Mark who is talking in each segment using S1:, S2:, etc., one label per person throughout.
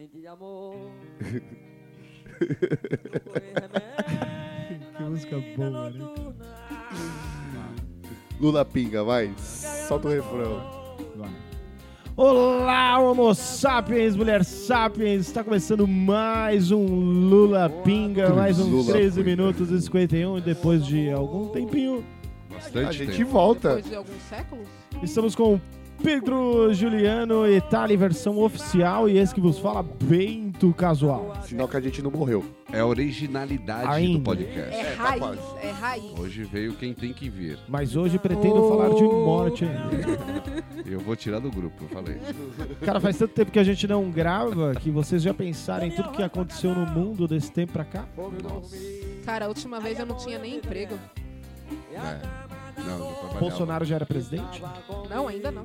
S1: amor. que
S2: música boa, né?
S3: Lula Pinga, vai. Solta o refrão.
S2: Olá, Homo sapiens, mulher sapiens. Está começando mais um Lula Pinga, mais um
S3: Lula
S2: 13
S3: Pinga.
S2: minutos e 51. E depois de algum tempinho,
S3: Bastante
S4: A gente
S3: tempo.
S4: volta.
S1: Depois de alguns séculos?
S2: estamos com o Pedro Juliano e Thali, versão oficial. E esse que vos fala, Bento Casual.
S3: Sinal que a gente não morreu.
S4: É a originalidade
S2: Ainda.
S4: do podcast.
S1: É,
S3: tá
S1: raiz,
S3: quase.
S1: é raiz.
S4: Hoje veio quem tem que vir.
S2: Mas hoje pretendo
S1: Oh.
S2: falar de morte. ainda.
S4: Eu vou tirar do grupo, eu falei.
S2: Cara, faz tanto tempo que a gente não grava que vocês já pensaram em tudo que aconteceu no mundo desse tempo pra cá.
S4: Nossa.
S1: Cara, a última vez eu não tinha nem emprego.
S4: É. Não, não trabalhava.
S2: Bolsonaro já era presidente?
S1: Não, ainda não.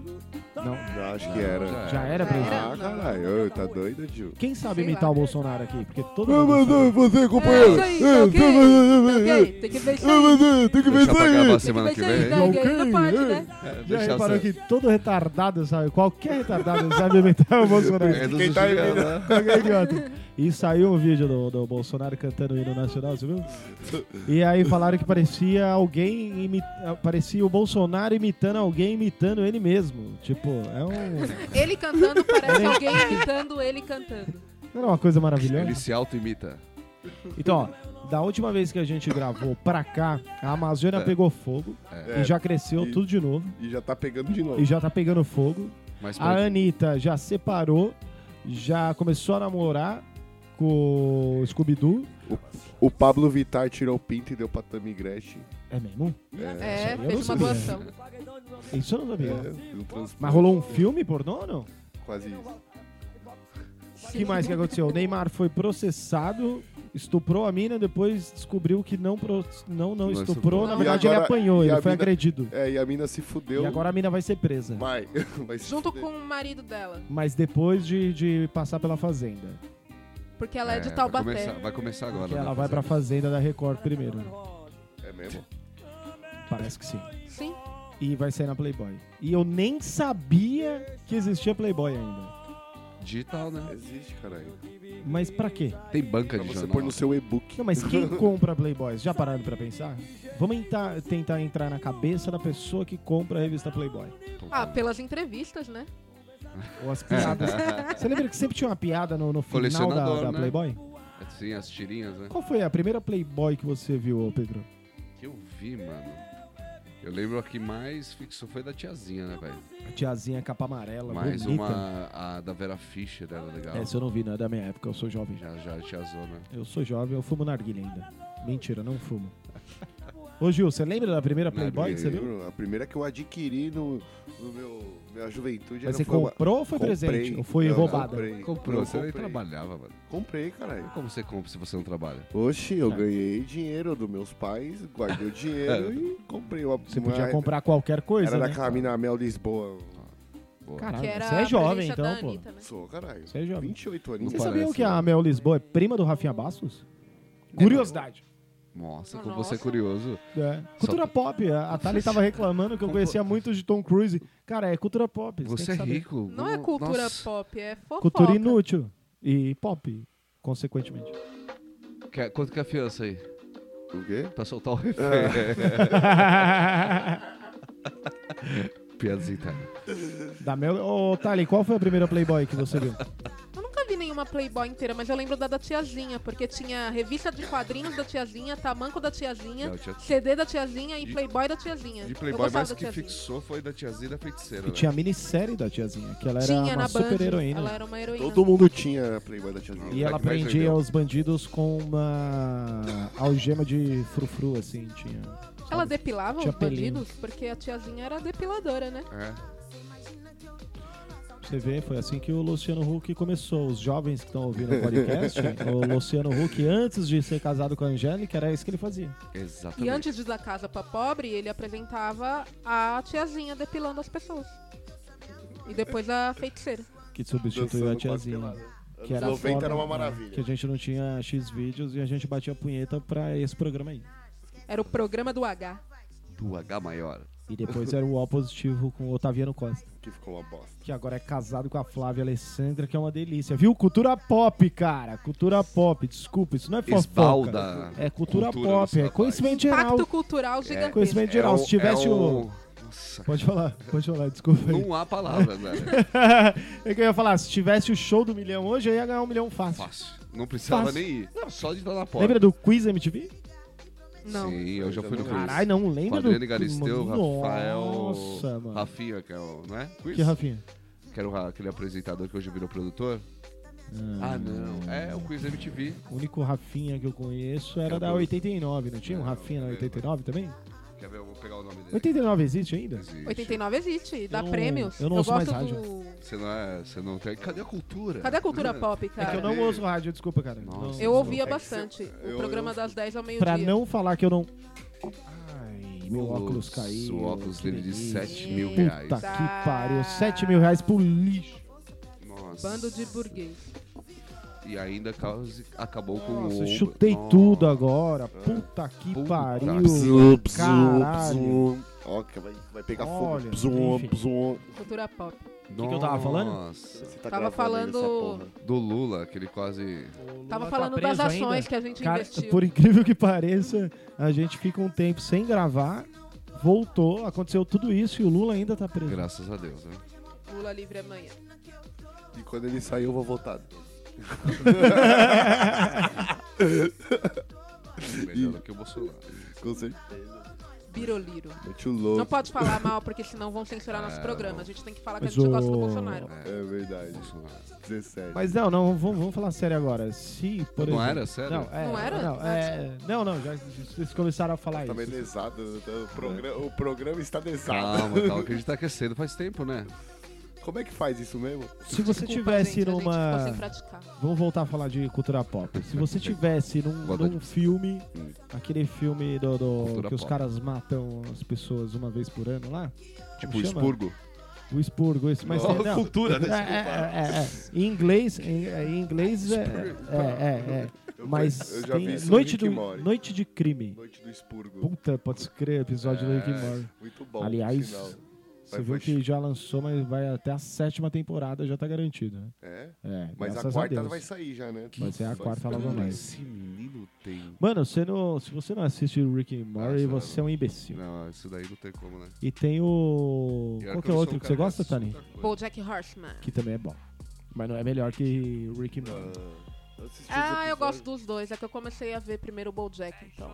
S2: Não.
S3: Não, acho
S4: Não,
S3: que era.
S2: Já era presidente?
S3: Ah, caralho, tá doido, tio?
S2: Quem sabe
S1: Sei
S2: imitar
S1: lá.
S2: o Bolsonaro aqui? Porque todo
S3: Não, mas
S2: mundo.
S3: não, você,
S1: É
S3: companheiro.
S1: isso aí, tá ok? Tá ok? Tem que ver isso aí.
S3: Tem que ver
S4: Deixa
S3: isso
S4: pra
S3: tá aí.
S4: gravar semana
S1: Tem
S4: que
S1: que ver isso aí,
S4: vem.
S1: Gang,
S2: Ok,
S1: ainda pode,
S3: ei.
S1: né?
S4: É,
S2: Já
S4: deixar
S2: reparou
S4: essa-
S2: que todo retardado sabe? Qualquer retardado sabe imitar o Bolsonaro.
S4: É do
S3: Quem tá
S4: Zuzuca,
S3: indo-
S4: né?
S2: Qualquer idiota. E saiu um vídeo do, do Bolsonaro cantando o hino nacional, você viu? E aí falaram que parecia alguém. imi- Parecia o Bolsonaro imitando alguém imitando ele mesmo. Tipo, é um.
S1: Ele cantando parece alguém imitando ele cantando.
S2: Não era uma coisa maravilhosa?
S4: Ele se auto-imita.
S2: Então, ó, da última vez que a gente gravou pra cá, a Amazônia
S4: É.
S2: pegou fogo
S4: É.
S2: e já cresceu
S3: E-
S2: tudo de novo.
S3: E já tá pegando de novo.
S2: E já tá pegando fogo.
S4: Mas
S2: A
S4: pra-
S2: Anitta já separou, já começou a namorar com o Scooby-Doo.
S3: O Pablo Vittar tirou o pinto e deu pra Tammy Gretchen.
S2: É mesmo?
S1: É,
S2: Eu não
S1: fez uma
S2: sabia.
S1: doação.
S2: Isso eu não sabia.
S3: É, um transplante.
S2: Mas rolou um filme pornô ou não?
S3: Quase isso.
S2: O que mais que aconteceu? O Neymar foi processado, estuprou a mina, depois descobriu que não, pro- não, não
S4: Não
S2: estuprou.
S4: estuprou.
S2: Na
S1: E
S2: verdade, ele
S3: agora-
S2: apanhou,
S3: e
S2: ele
S3: a
S2: foi
S3: mina-
S2: agredido.
S3: É, e a mina se fudeu.
S2: E agora a mina vai ser presa.
S3: Vai. vai se
S1: Junto
S3: fuder.
S1: com o marido dela.
S2: Mas depois de, de passar pela fazenda.
S1: Porque ela é, de
S4: Vai
S1: Taubaté.
S4: começar, vai começar agora.
S2: Porque
S4: né,
S2: ela vai pra fazenda da Record primeiro.
S3: É mesmo?
S2: Parece que sim.
S1: Sim.
S2: E vai sair na Playboy. E eu nem sabia que existia Playboy ainda.
S4: Digital, né?
S3: Existe, caralho.
S2: Mas pra quê?
S4: Tem banca
S3: Pra
S4: de
S3: você
S4: jornal.
S3: pôr no seu e-book.
S2: Não, mas quem compra Playboy? Já pararam pra pensar? Vamos entar- tentar entrar na cabeça da pessoa que compra a revista Playboy.
S1: Ah, pelas entrevistas, né?
S2: Ou as piadas. Você lembra que sempre tinha uma piada no, no final da,
S4: Colecionador,
S2: da
S4: né?
S2: Playboy?
S4: Assim, as tirinhas, né?
S2: Qual foi a primeira Playboy que você viu, ô, Pedro?
S4: Que eu vi, mano. Eu lembro a que mais fixou foi da tiazinha, né, velho?
S2: A tiazinha capa amarela,
S4: Mais
S2: é bonita.
S4: uma, a da Vera Fischer, era legal.
S2: Essa eu não vi, não é da minha época, eu sou jovem já.
S4: Já, já, né? tiazona.
S2: Eu sou jovem, eu fumo narguilha ainda. Mentira, eu não fumo. Ô Gil, você lembra da primeira Playboy que você viu?
S3: Lembro, A primeira que eu adquiri no, no meu minha juventude
S2: Mas
S3: era
S2: você
S3: foi uma-
S2: comprou ou foi
S3: Comprei.
S2: presente? Ou foi
S3: Não,
S2: roubada?
S3: Comprei.
S4: Comprou,
S3: Eu
S4: você nem
S3: comprei.
S4: trabalhava, mano.
S3: Comprei, caralho.
S4: Como você compra se você não trabalha?
S3: Oxi, eu
S2: Ah. É.
S3: ganhei dinheiro dos meus pais, guardei o dinheiro e comprei uma.
S2: Você podia
S3: uma-
S2: comprar qualquer coisa,
S3: Era
S2: né?
S3: da Camina Mel Lisboa.
S4: Boa.
S2: Caralho,
S1: que era
S2: você
S1: a
S2: é jovem
S1: presença
S2: então,
S1: da
S2: pô.
S1: Anitta, né?
S3: Sou, caralho.
S2: Você é jovem.
S3: 28 anos.
S2: Vocês
S4: Não
S2: sabiam
S4: parece,
S2: que a
S4: né?
S2: Mel Lisboa é prima do Rafinha Bastos?
S3: É,
S2: Curiosidade.
S4: Nossa, como
S1: Nossa.
S4: você é curioso.
S2: É. Cultura
S4: Só-
S2: pop. A a Thali tava reclamando que eu conhecia muito de Tom Cruise. Cara, é cultura pop. tem
S4: Você
S2: que
S4: é
S2: saber.
S4: rico.
S1: Não é cultura
S4: Nossa.
S1: pop, é fofoca.
S2: Cultura inútil. E pop, consequentemente.
S4: Quer- quanto que é a fiança aí?
S3: O quê?
S4: Pra soltar o refém. Piadas internas.
S2: da Mel... Ô, Thali, qual foi a primeira Playboy que você viu?
S1: Eu nunca vi nenhuma Playboy inteira, mas eu lembro da da tiazinha, porque tinha revista de quadrinhos da tiazinha, tamanco da tiazinha,
S4: Não, tinha-
S1: CD da tiazinha e
S4: De-
S1: Playboy da tiazinha.
S4: De
S1: eu
S4: Playboy,
S1: gostava
S4: mas
S1: da
S4: o que
S1: tiazinha.
S4: fixou foi da tiazinha e da feiticeira.
S2: E
S4: né?
S2: tinha a minissérie da tiazinha, que ela era
S1: tinha
S2: uma
S1: na Band.
S2: super
S1: Ela
S2: heroína.
S1: era uma heroína.
S3: Todo mundo tinha a Playboy da Tiazinha.
S2: E ela
S4: Vai- vai
S2: prendia
S4: vender.
S2: os bandidos com uma algema de frufru, assim, tinha.
S1: Ela depilava
S2: Tinha
S1: os
S2: pelinho.
S1: bandidos, porque a tiazinha era depiladora, né?
S4: É.
S2: Você vê, foi assim que o Luciano Huck começou. Os jovens que estão ouvindo o podcast, o Luciano Huck, antes de ser casado com a Angélica, era isso que ele fazia.
S4: Exatamente.
S1: E antes de da casa pra pobre, ele apresentava a tiazinha depilando as pessoas. E depois a feiticeira.
S2: Que substituiu a
S3: Dançando
S2: tiazinha.
S3: quase pelada. Anos
S2: Que era
S3: 90
S2: foda,
S3: era uma
S2: né?
S3: maravilha.
S2: Que a gente não tinha X vídeos e a gente batia punheta pra esse programa aí.
S1: Era o programa do H.
S4: Do H maior.
S2: E depois era o O positivo com o Otaviano Costa,
S3: Que ficou uma bosta.
S2: que agora é casado com a Flávia Alessandra, que é uma delícia. Viu? Cultura pop, cara. Cultura pop. Desculpa, isso não é fofoca.
S4: Esbalda.
S2: É cultura,
S4: Cultura
S2: pop,
S4: nesse
S2: é
S4: rapaz.
S2: conhecimento geral.
S1: Impacto
S4: É.
S1: cultural gigantesco.
S2: Conhecimento geral. Se tivesse É um- o...
S4: Nossa,
S2: Pode falar, pode falar, desculpa aí.
S4: não há palavras, velho.
S2: é que eu ia falar, se tivesse o show do milhão hoje, eu ia ganhar um milhão fácil.
S4: Fácil. Não precisava
S2: Fácil.
S4: nem ir. Só de estar na porta.
S2: Lembra do Quiz MTV?
S1: Não.
S4: Sim, eu já fui no quiz.
S2: Caralho, não,
S4: Com
S2: lembra
S4: Adriane
S2: do...
S4: Galisteu, Rafael.
S2: Nossa, mano.
S4: Rafinha, que é o. Não é? Quiz?
S2: Que Rafinha?
S4: Que era o Ra- aquele apresentador que hoje virou produtor. Ah, não. É o Quiz MTV.
S2: O único Rafinha que eu conheço era
S4: Era
S2: da
S4: do-
S2: 89, não tinha um
S4: Não,
S2: Rafinha na
S4: não
S2: 89 também?
S4: Quer ver? Eu vou pegar o nome dele.
S2: 89 existe ainda?
S4: Existe.
S1: 89 existe, dá
S2: Eu não-
S1: prêmios.
S2: eu não ouço mais
S1: gosto
S2: rádio.
S1: do.
S4: Você não é. Você não tem. Cadê a cultura?
S1: Cadê a cultura pop,
S2: É que
S1: cara?
S2: eu não ouço rádio, desculpa, cara.
S4: Nossa.
S2: Não-
S1: Eu ouvia
S3: É que você-
S1: bastante.
S3: eu-
S1: o programa
S3: eu-
S1: das 10 ao meio-dia.
S2: Pra não falar que eu não... Ai, meu óculos caiu.
S4: O óculos
S2: que
S4: dele de
S2: delícia.
S4: 7 mil
S1: Puta
S4: reais.
S2: Puta que pariu, 7 mil reais pro lixo.
S4: Nossa.
S1: Bando de burguês.
S4: E ainda cause- acabou com o.
S2: Nossa,
S4: ombro.
S2: chutei
S4: Nossa.
S2: tudo agora. Puta que
S4: Puta.
S2: pariu. Caralho.
S3: Ó, que vai, vai pegar
S2: Olha,
S3: fogo. Bzum,
S2: enfim.
S3: bzum.
S1: Cultura pop.
S4: Nossa.
S2: que eu tava falando?
S4: Nossa.
S3: Você tá
S1: Tava
S3: gravando
S1: falando-
S3: ainda essa porra.
S4: Do Lula, que ele quase.
S1: Tava falando das ações que a gente
S2: tá Cara,
S1: investiu.
S2: por incrível que pareça, a gente fica um tempo sem gravar, voltou, aconteceu tudo isso e o Lula ainda tá preso.
S4: Graças a Deus, né?
S1: Lula livre amanhã.
S3: E quando ele sair, eu vou votar.
S4: Melhor do que o Bolsonaro.
S3: Com certeza.
S1: Biroliro.
S3: Mete o
S1: Não
S3: louco.
S1: pode falar mal, porque senão vão censurar nosso
S4: É,
S1: programa. A gente tem que falar que a
S2: Mas
S1: gente gosta do
S2: o-
S1: Bolsonaro.
S3: É verdade.
S4: Bolsonaro.
S3: 17.
S2: Mas é não, não, vamos, vamos falar sério agora. Se, por
S4: Não
S2: exemplo-
S4: era sério?
S2: Não, é,
S1: Não era?
S2: Não, é, não, não, já vocês começaram a falar
S3: Tá meio
S2: isso.
S3: lesado. né? Tá- O, progra- o programa está lesado.
S4: Calma, calma, que a gente tá aquecendo faz tempo, né?
S3: Como é que faz isso mesmo?
S2: Se você
S1: Desculpa,
S2: tivesse
S1: gente, A gente
S2: numa.
S1: ficou sem praticar.
S2: Vamos voltar a falar de cultura pop. Se você tivesse num,
S4: Volta
S2: num filme,
S4: Hum.
S2: aquele filme do, do-
S4: Cultura
S2: que os
S4: pop.
S2: caras matam as pessoas uma vez por ano lá,
S4: Tipo,
S2: Como
S4: o
S2: chama?
S4: expurgo.
S2: o expurgo, esse, mas tem- não.
S4: cultura, né?
S2: É, é, é, é. Em inglês, em, é, em inglês é, é, é, é.
S3: Eu,
S2: mas
S3: eu já
S2: tem-
S3: vi isso
S2: noite,
S3: no Rick
S2: do,
S3: e Morty.
S2: noite de crime.
S3: Noite do É. Expurgo.
S2: Puta, pode escrever episódio do Rick e Morty.
S3: Muito bom.
S2: Aliás,
S3: final.
S2: Você
S3: Mas
S2: viu
S3: foi
S2: que já lançou, mas vai até a sétima temporada, já tá garantido, né?
S3: É?
S2: É,
S3: Mas a
S2: graças
S3: quarta
S2: Deus.
S3: vai sair já, né?
S2: Vai ser a quarta logo mais.
S4: Esse menino tem.
S2: Mano, você não, se você não assiste o Rick and Morty,
S4: Nossa,
S2: você é um imbecil.
S4: Não, isso daí não tem como, né?
S2: E tem o.
S4: E olha
S2: Qual
S4: eu
S2: que é o
S4: sou
S2: outro
S4: um
S2: que você
S4: cara
S2: gosta, Tani?
S4: super coisa.
S1: Bom, Jack Horseman.
S2: Que também é bom. Mas não é melhor que Rick and Morty.
S3: Ah, eu assisti os
S1: Ah, eu
S3: episódios.
S1: gosto dos dois. É que eu comecei a ver primeiro o BoJack, então.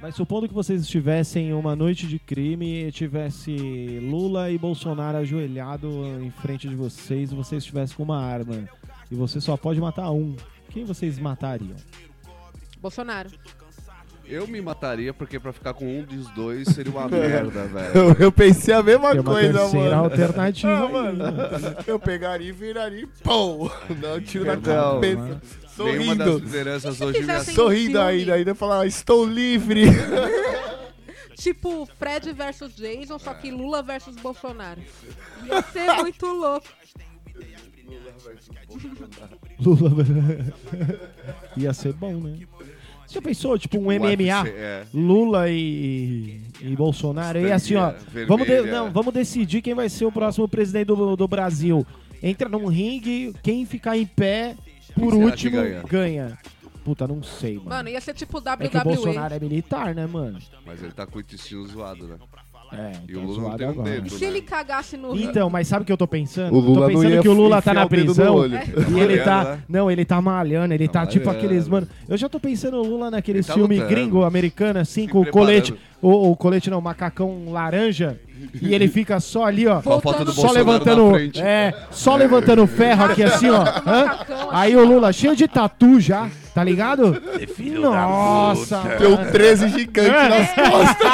S2: Mas supondo que vocês estivessem em uma noite de crime e tivesse Lula e Bolsonaro ajoelhado em frente de vocês e vocês estivessem com uma arma. E você só pode matar um. Quem vocês matariam?
S1: Bolsonaro.
S4: Eu me mataria porque pra ficar com um dos dois seria uma merda, velho.
S3: Eu, eu pensei a mesma
S2: Tem uma
S3: coisa,
S2: terceira
S3: mano.
S2: alternativa.
S3: Ah,
S2: aí, né?
S3: mano.
S2: mano.
S3: Eu pegaria e viraria e pum! Não, tiro na
S4: Não,
S3: cabeça.
S2: mano.
S4: Nenhuma das
S3: Sorrindo.
S4: lideranças
S1: Se
S4: hoje me
S1: fizessem-
S4: ass...
S3: Sorrindo
S1: um Filme.
S3: ainda, ainda falar, estou livre.
S1: Tipo Fred versus Jason, só que Lula versus Bolsonaro. Ia ser muito louco.
S2: Lula. Ia ser bom, né? Você já pensou, tipo, um MMA?
S4: É.
S2: Lula e, e Bolsonaro. E assim, ó,
S4: Vermelha.
S2: vamos, de- não, vamos decidir quem vai ser o próximo presidente do, do Brasil. Entra num ringue, quem ficar em pé, por
S4: Quem será
S2: último,
S4: que ganha?
S2: ganha? Puta, não sei, mano.
S1: Mano, ia ser tipo WWE.
S2: é que o Bolsonaro é militar, né, mano?
S4: Mas ele tá com o intestino zoado, né?
S2: É,
S4: E
S2: tá
S4: o Lula não
S2: zoado
S4: tem um
S2: agora.
S1: E
S4: dedo,
S1: se
S4: né?
S1: ele cagasse no ringue?
S2: Então, mas sabe o que eu tô pensando? eu tô pensando que o Lula tá na prisão. E ele tá.
S4: Malhando, né?
S2: Não, ele tá malhando, ele tá,
S4: Tá
S2: tipo
S4: malhando.
S2: aqueles, mano. Eu já tô pensando o Lula naqueles
S4: Ele tá
S2: filme
S4: lutando.
S2: gringo americano, assim,
S4: Se
S2: com o
S4: preparando.
S2: colete. O, o colete não, macacão laranja. E ele fica só ali, ó.
S4: Com a foto
S1: Voltando-
S4: do
S2: Só
S4: Bolsonaro
S2: levantando.
S4: na frente.
S2: É, só levantando o ferro aqui assim, ó.
S1: Macacão,
S2: Hã?
S1: macacão, assim.
S2: Aí o Lula cheio de tatu já, tá ligado? Nossa!
S3: Tem um 13 gigante
S2: É,
S3: nas costas.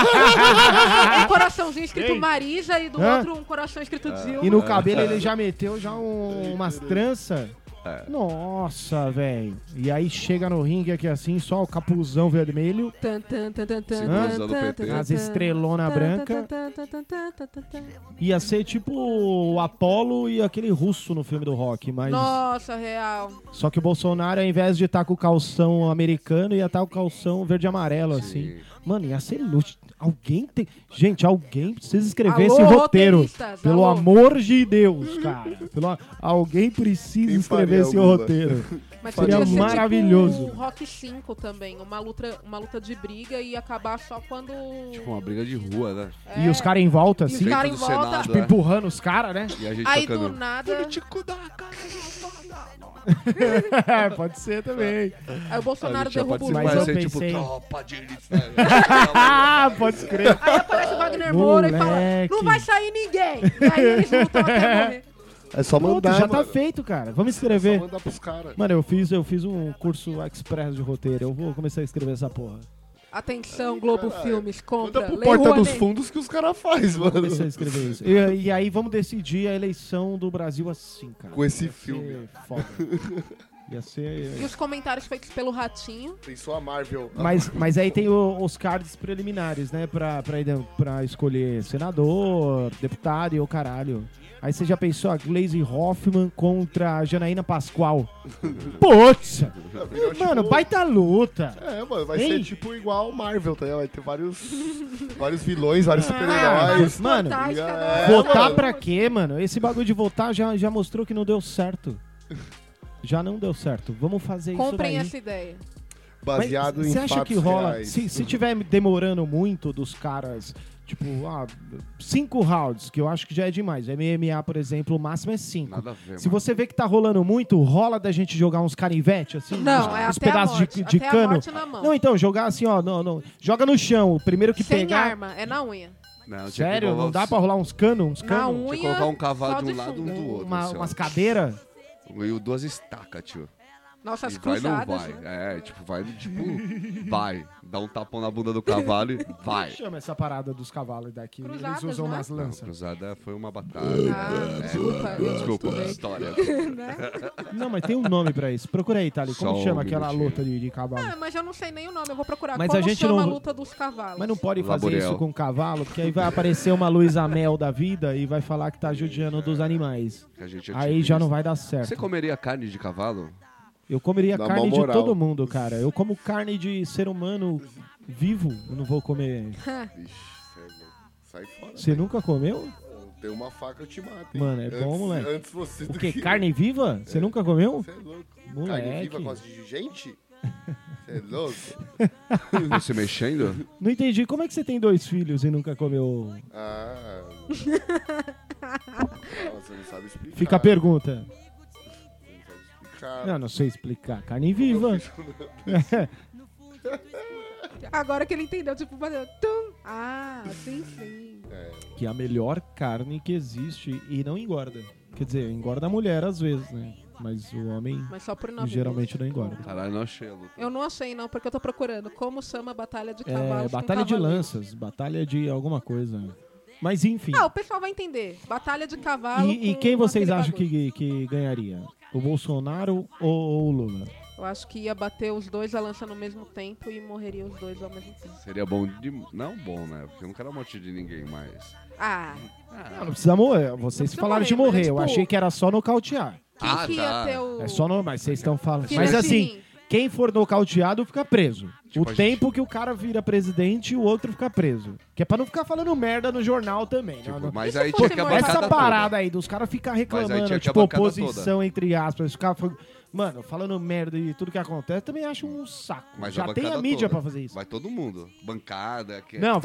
S1: É. Um coraçãozinho escrito
S2: Ei.
S1: Marisa e do
S2: Hã?
S1: outro um coração escrito Dilma.
S2: E no cabelo ele já meteu já um- umas tranças.
S4: É.
S2: Nossa, velho. E aí chega no ringue aqui assim, só o capuzão vermelho.
S1: Tan, tan, tan, tan, tan,
S4: Segundo
S1: tan,
S4: usando
S1: tan,
S4: PT.
S1: tan,
S2: As
S1: tan,
S2: estrelona
S1: tan,
S2: branca.
S1: tan, tan, tan, tan, tan, tan, tan.
S2: Ia ser tipo o Apolo e aquele russo no filme do rock, mas.
S1: Nossa, real.
S2: Só que o Bolsonaro, ao invés tá de estar com o calção americano, ia estar com o calção verde e amarelo, assim. Mano, ia ser luta. Alguém tem. Gente, alguém precisa escrever
S1: Alô, tá
S2: esse roteiro.
S1: roteiristas,
S2: Pelo
S1: alô.
S2: amor de Deus, cara. Pelo a- Alguém precisa
S3: Quem faria
S2: escrever esse
S3: alguma?
S2: roteiro.
S1: Mas
S2: Seria
S1: podia ser
S2: maravilhoso.
S1: Tipo um Rock 5 também, uma luta, uma luta de briga e acabar só quando.
S4: Tipo uma briga de rua, né?
S1: é,
S2: E os caras em volta,
S1: e os
S2: assim,
S1: caras em
S4: do
S1: volta.
S4: Senado,
S2: tipo,
S4: é.
S2: empurrando os caras, né?
S4: E a gente
S1: Aí do
S4: tocando.
S1: nada.
S2: É, pode ser também.
S1: Aí o Bolsonaro
S4: gente já
S1: derruba o
S4: participou,
S2: Mas
S1: Lula.
S2: eu
S4: vai ser tipo
S2: pensei-
S4: tropa de elite. né?"
S2: Ah, pode crer.
S1: Aí aparece o Wagner Moura e fala:
S2: Moleque.
S1: Não vai sair ninguém! E aí eles lutam até morrer.
S3: É só
S2: Pronto,
S3: mandar,
S2: já tá
S3: mano.
S2: feito, cara. Vamos
S3: Só
S2: escrever.
S3: mandar pros caras.
S2: Mano, eu fiz, eu fiz um curso express de roteiro. Eu vou começar a escrever essa porra.
S1: Atenção, Globo
S3: caralho.
S1: Filmes,
S3: Manda
S1: compra.
S3: pro
S1: Lei
S3: Porta
S1: Rouanet.
S3: dos Fundos que os caras fazem,
S2: Vou
S3: mano.
S2: começar a escrever isso. E, e aí vamos decidir a eleição do Brasil assim, cara.
S3: Com esse
S2: Ia ser
S3: filme.
S2: Foda. Ia ser.
S1: E os comentários feitos pelo Ratinho.
S3: Tem só a Marvel.
S2: Mas, mas aí tem o- os cards preliminares, né? Pra, pra, ide- pra escolher senador, deputado e o caralho. Aí você já pensou a Glaze Hoffman contra a Janaína Pascoal. Putz!
S3: Vai virar, tipo,
S2: Mano, baita luta!
S3: É, mano, vai
S2: Ei.
S3: ser tipo igual Marvel, tá ligado? Vai ter vários, vários vilões, vários
S2: Ah,
S3: super-heróis.
S2: mano,
S1: Portais,
S3: é,
S1: cada um.
S2: Votar
S3: mano.
S2: pra quê, mano? Esse bagulho de votar já, já mostrou que não deu certo. Já não deu certo. Vamos fazer
S1: Comprem
S2: isso daí.
S1: essa ideia.
S2: Mas
S3: Baseado em
S2: Você acha
S3: fatos
S2: que rola?
S3: reais.
S2: Se, se tiver demorando muito dos caras, tipo, ah, cinco rounds, que eu acho que já é demais. MMA, por exemplo, o máximo é cinco.
S4: Nada a ver,
S2: Se
S4: mano.
S2: você vê que tá rolando muito, rola da gente jogar uns canivete, assim,
S1: Não,
S2: uns,
S1: é
S2: uns
S1: até a
S2: pedaços
S1: morte.
S2: de, de
S1: até a
S2: cano.
S1: morte na mão.
S2: Não, então, jogar assim, ó, não, não. Joga no chão, o primeiro que
S1: Sem
S2: pegar.
S1: arma, é na unha.
S4: Não, tinha que
S2: Sério?
S4: rolar
S2: Não dá
S4: os-
S2: pra rolar uns canos? Uns
S1: Na
S2: canos?
S1: unha.
S4: Tinha que colocar
S1: só
S4: um cavalo de um
S1: de
S4: lado e um
S1: fundo.
S4: do outro.
S2: Uma-
S4: assim, ó.
S2: umas cadeiras?
S4: E duas estacas, tio.
S1: Nossa, as
S4: e vai, não
S1: cruzadas.
S4: vai.
S1: né?
S4: É, tipo, vai, tipo, vai. Dá um tapão na bunda do cavalo e vai.
S2: Chama essa parada dos cavalos daqui.
S1: Cruzadas,
S2: Eles usam
S1: né?
S2: umas
S4: Não,
S2: lanças.
S4: cruzada foi uma batalha.
S1: Ah,
S4: É,
S1: desculpa.
S4: Desculpa, história.
S1: Né?
S2: Não, mas tem um nome pra isso. Procura aí, Thali. Como
S4: Só um
S2: chama aquela
S4: minutinho.
S2: luta de, de cavalo?
S1: Ah, mas eu não sei nem o nome, eu vou procurar.
S2: Mas
S1: Como
S2: a gente
S1: chama
S2: não-
S1: a luta dos cavalos?
S2: Mas não pode fazer
S4: Laboreal.
S2: isso com um cavalo, porque aí vai aparecer uma Luísa Mel da vida e vai falar que tá judiando dos animais.
S4: Que a gente tinha
S2: Aí já
S4: visto.
S2: não vai dar
S4: Você
S2: certo.
S4: comeria carne de cavalo?
S2: Eu comeria
S3: Dá
S2: carne
S3: mó
S2: de
S3: moral.
S2: todo mundo, cara. Eu como carne de ser humano vivo, eu não vou comer.
S3: Vixe, sério. Sai fora.
S2: Você nunca comeu?
S3: Tem uma faca, eu te mato. hein?
S2: Mano, é bom,
S3: Antes-
S2: moleque.
S3: Antes você
S2: O
S3: do
S2: quê?
S3: que-
S2: Carne viva? Você nunca comeu?
S3: Você é louco. Carne
S2: Moleque.
S3: viva por causa de gente? Você é louco?
S4: Você mexendo?
S2: Não entendi. Como é que você tem dois filhos e nunca comeu?
S3: Ah. não. Você não sabe explicar.
S2: Fica a
S3: Você
S2: pergunta.
S3: não sabe explicar.
S2: Não, não sei explicar. Carne viva.
S1: Agora que ele entendeu, tipo, fazer tum. Ah, sim, sim.
S2: que é a melhor carne que existe e não engorda. Quer dizer, engorda a mulher às vezes, né? Mas o homem
S1: Mas só por nome.
S2: geralmente não
S1: mesmo.
S2: engorda.
S4: Caralho, não achei a luta.
S1: Eu não achei, não, porque eu tô procurando como chama a batalha de cavalos.
S2: É,
S1: com
S2: batalha de
S1: cavalinho.
S2: lanças, batalha de alguma coisa. Mas enfim.
S1: Ah, o pessoal vai entender. Batalha de cavalo.
S2: E, e
S1: com
S2: quem vocês
S1: aquele
S2: acham
S1: bagulho.
S2: que, que ganharia? O Bolsonaro ou o Lula?
S1: Eu acho que ia bater os dois a lança no mesmo tempo e morreria os dois ao mesmo tempo.
S4: Seria bom de. Não bom, né? Porque eu não quero a morte de ninguém mais.
S1: Ah,
S2: Não, não precisa morrer. Vocês
S1: precisa
S2: falaram de
S1: morrer,
S2: morrer.
S1: mas é
S2: Eu
S1: tipo-
S2: achei que era só nocautear.
S1: quem
S4: Ah,
S1: que
S4: tá.
S1: ia ter o.
S2: É só no... Mas vocês estão falando.
S1: que
S2: Mas
S1: ia ter
S2: assim,
S1: em-
S2: quem for nocauteado fica preso.
S4: Tipo,
S2: o
S4: a
S2: tempo que o cara vira presidente e o outro fica preso. Que é pra não ficar falando merda no jornal também. né?
S4: Tipo,
S2: Não-
S4: mas
S1: se
S4: aí
S1: fosse
S4: tinha que a
S1: morrer?
S4: bancada
S2: Essa
S4: toda.
S2: parada é aí dos caras ficar
S4: Mas aí
S2: reclamando,
S4: tinha que a
S2: tipo,
S4: bancada
S2: oposição, entre aspas, ficar. fal- Mano, falando merda e tudo que acontece, também acho um saco.
S4: Mas
S2: Já
S4: a
S2: tem a
S4: bancada
S2: mídia
S4: toda.
S2: pra fazer isso.
S4: Vai todo mundo. Bancada. Que... é.
S2: Não,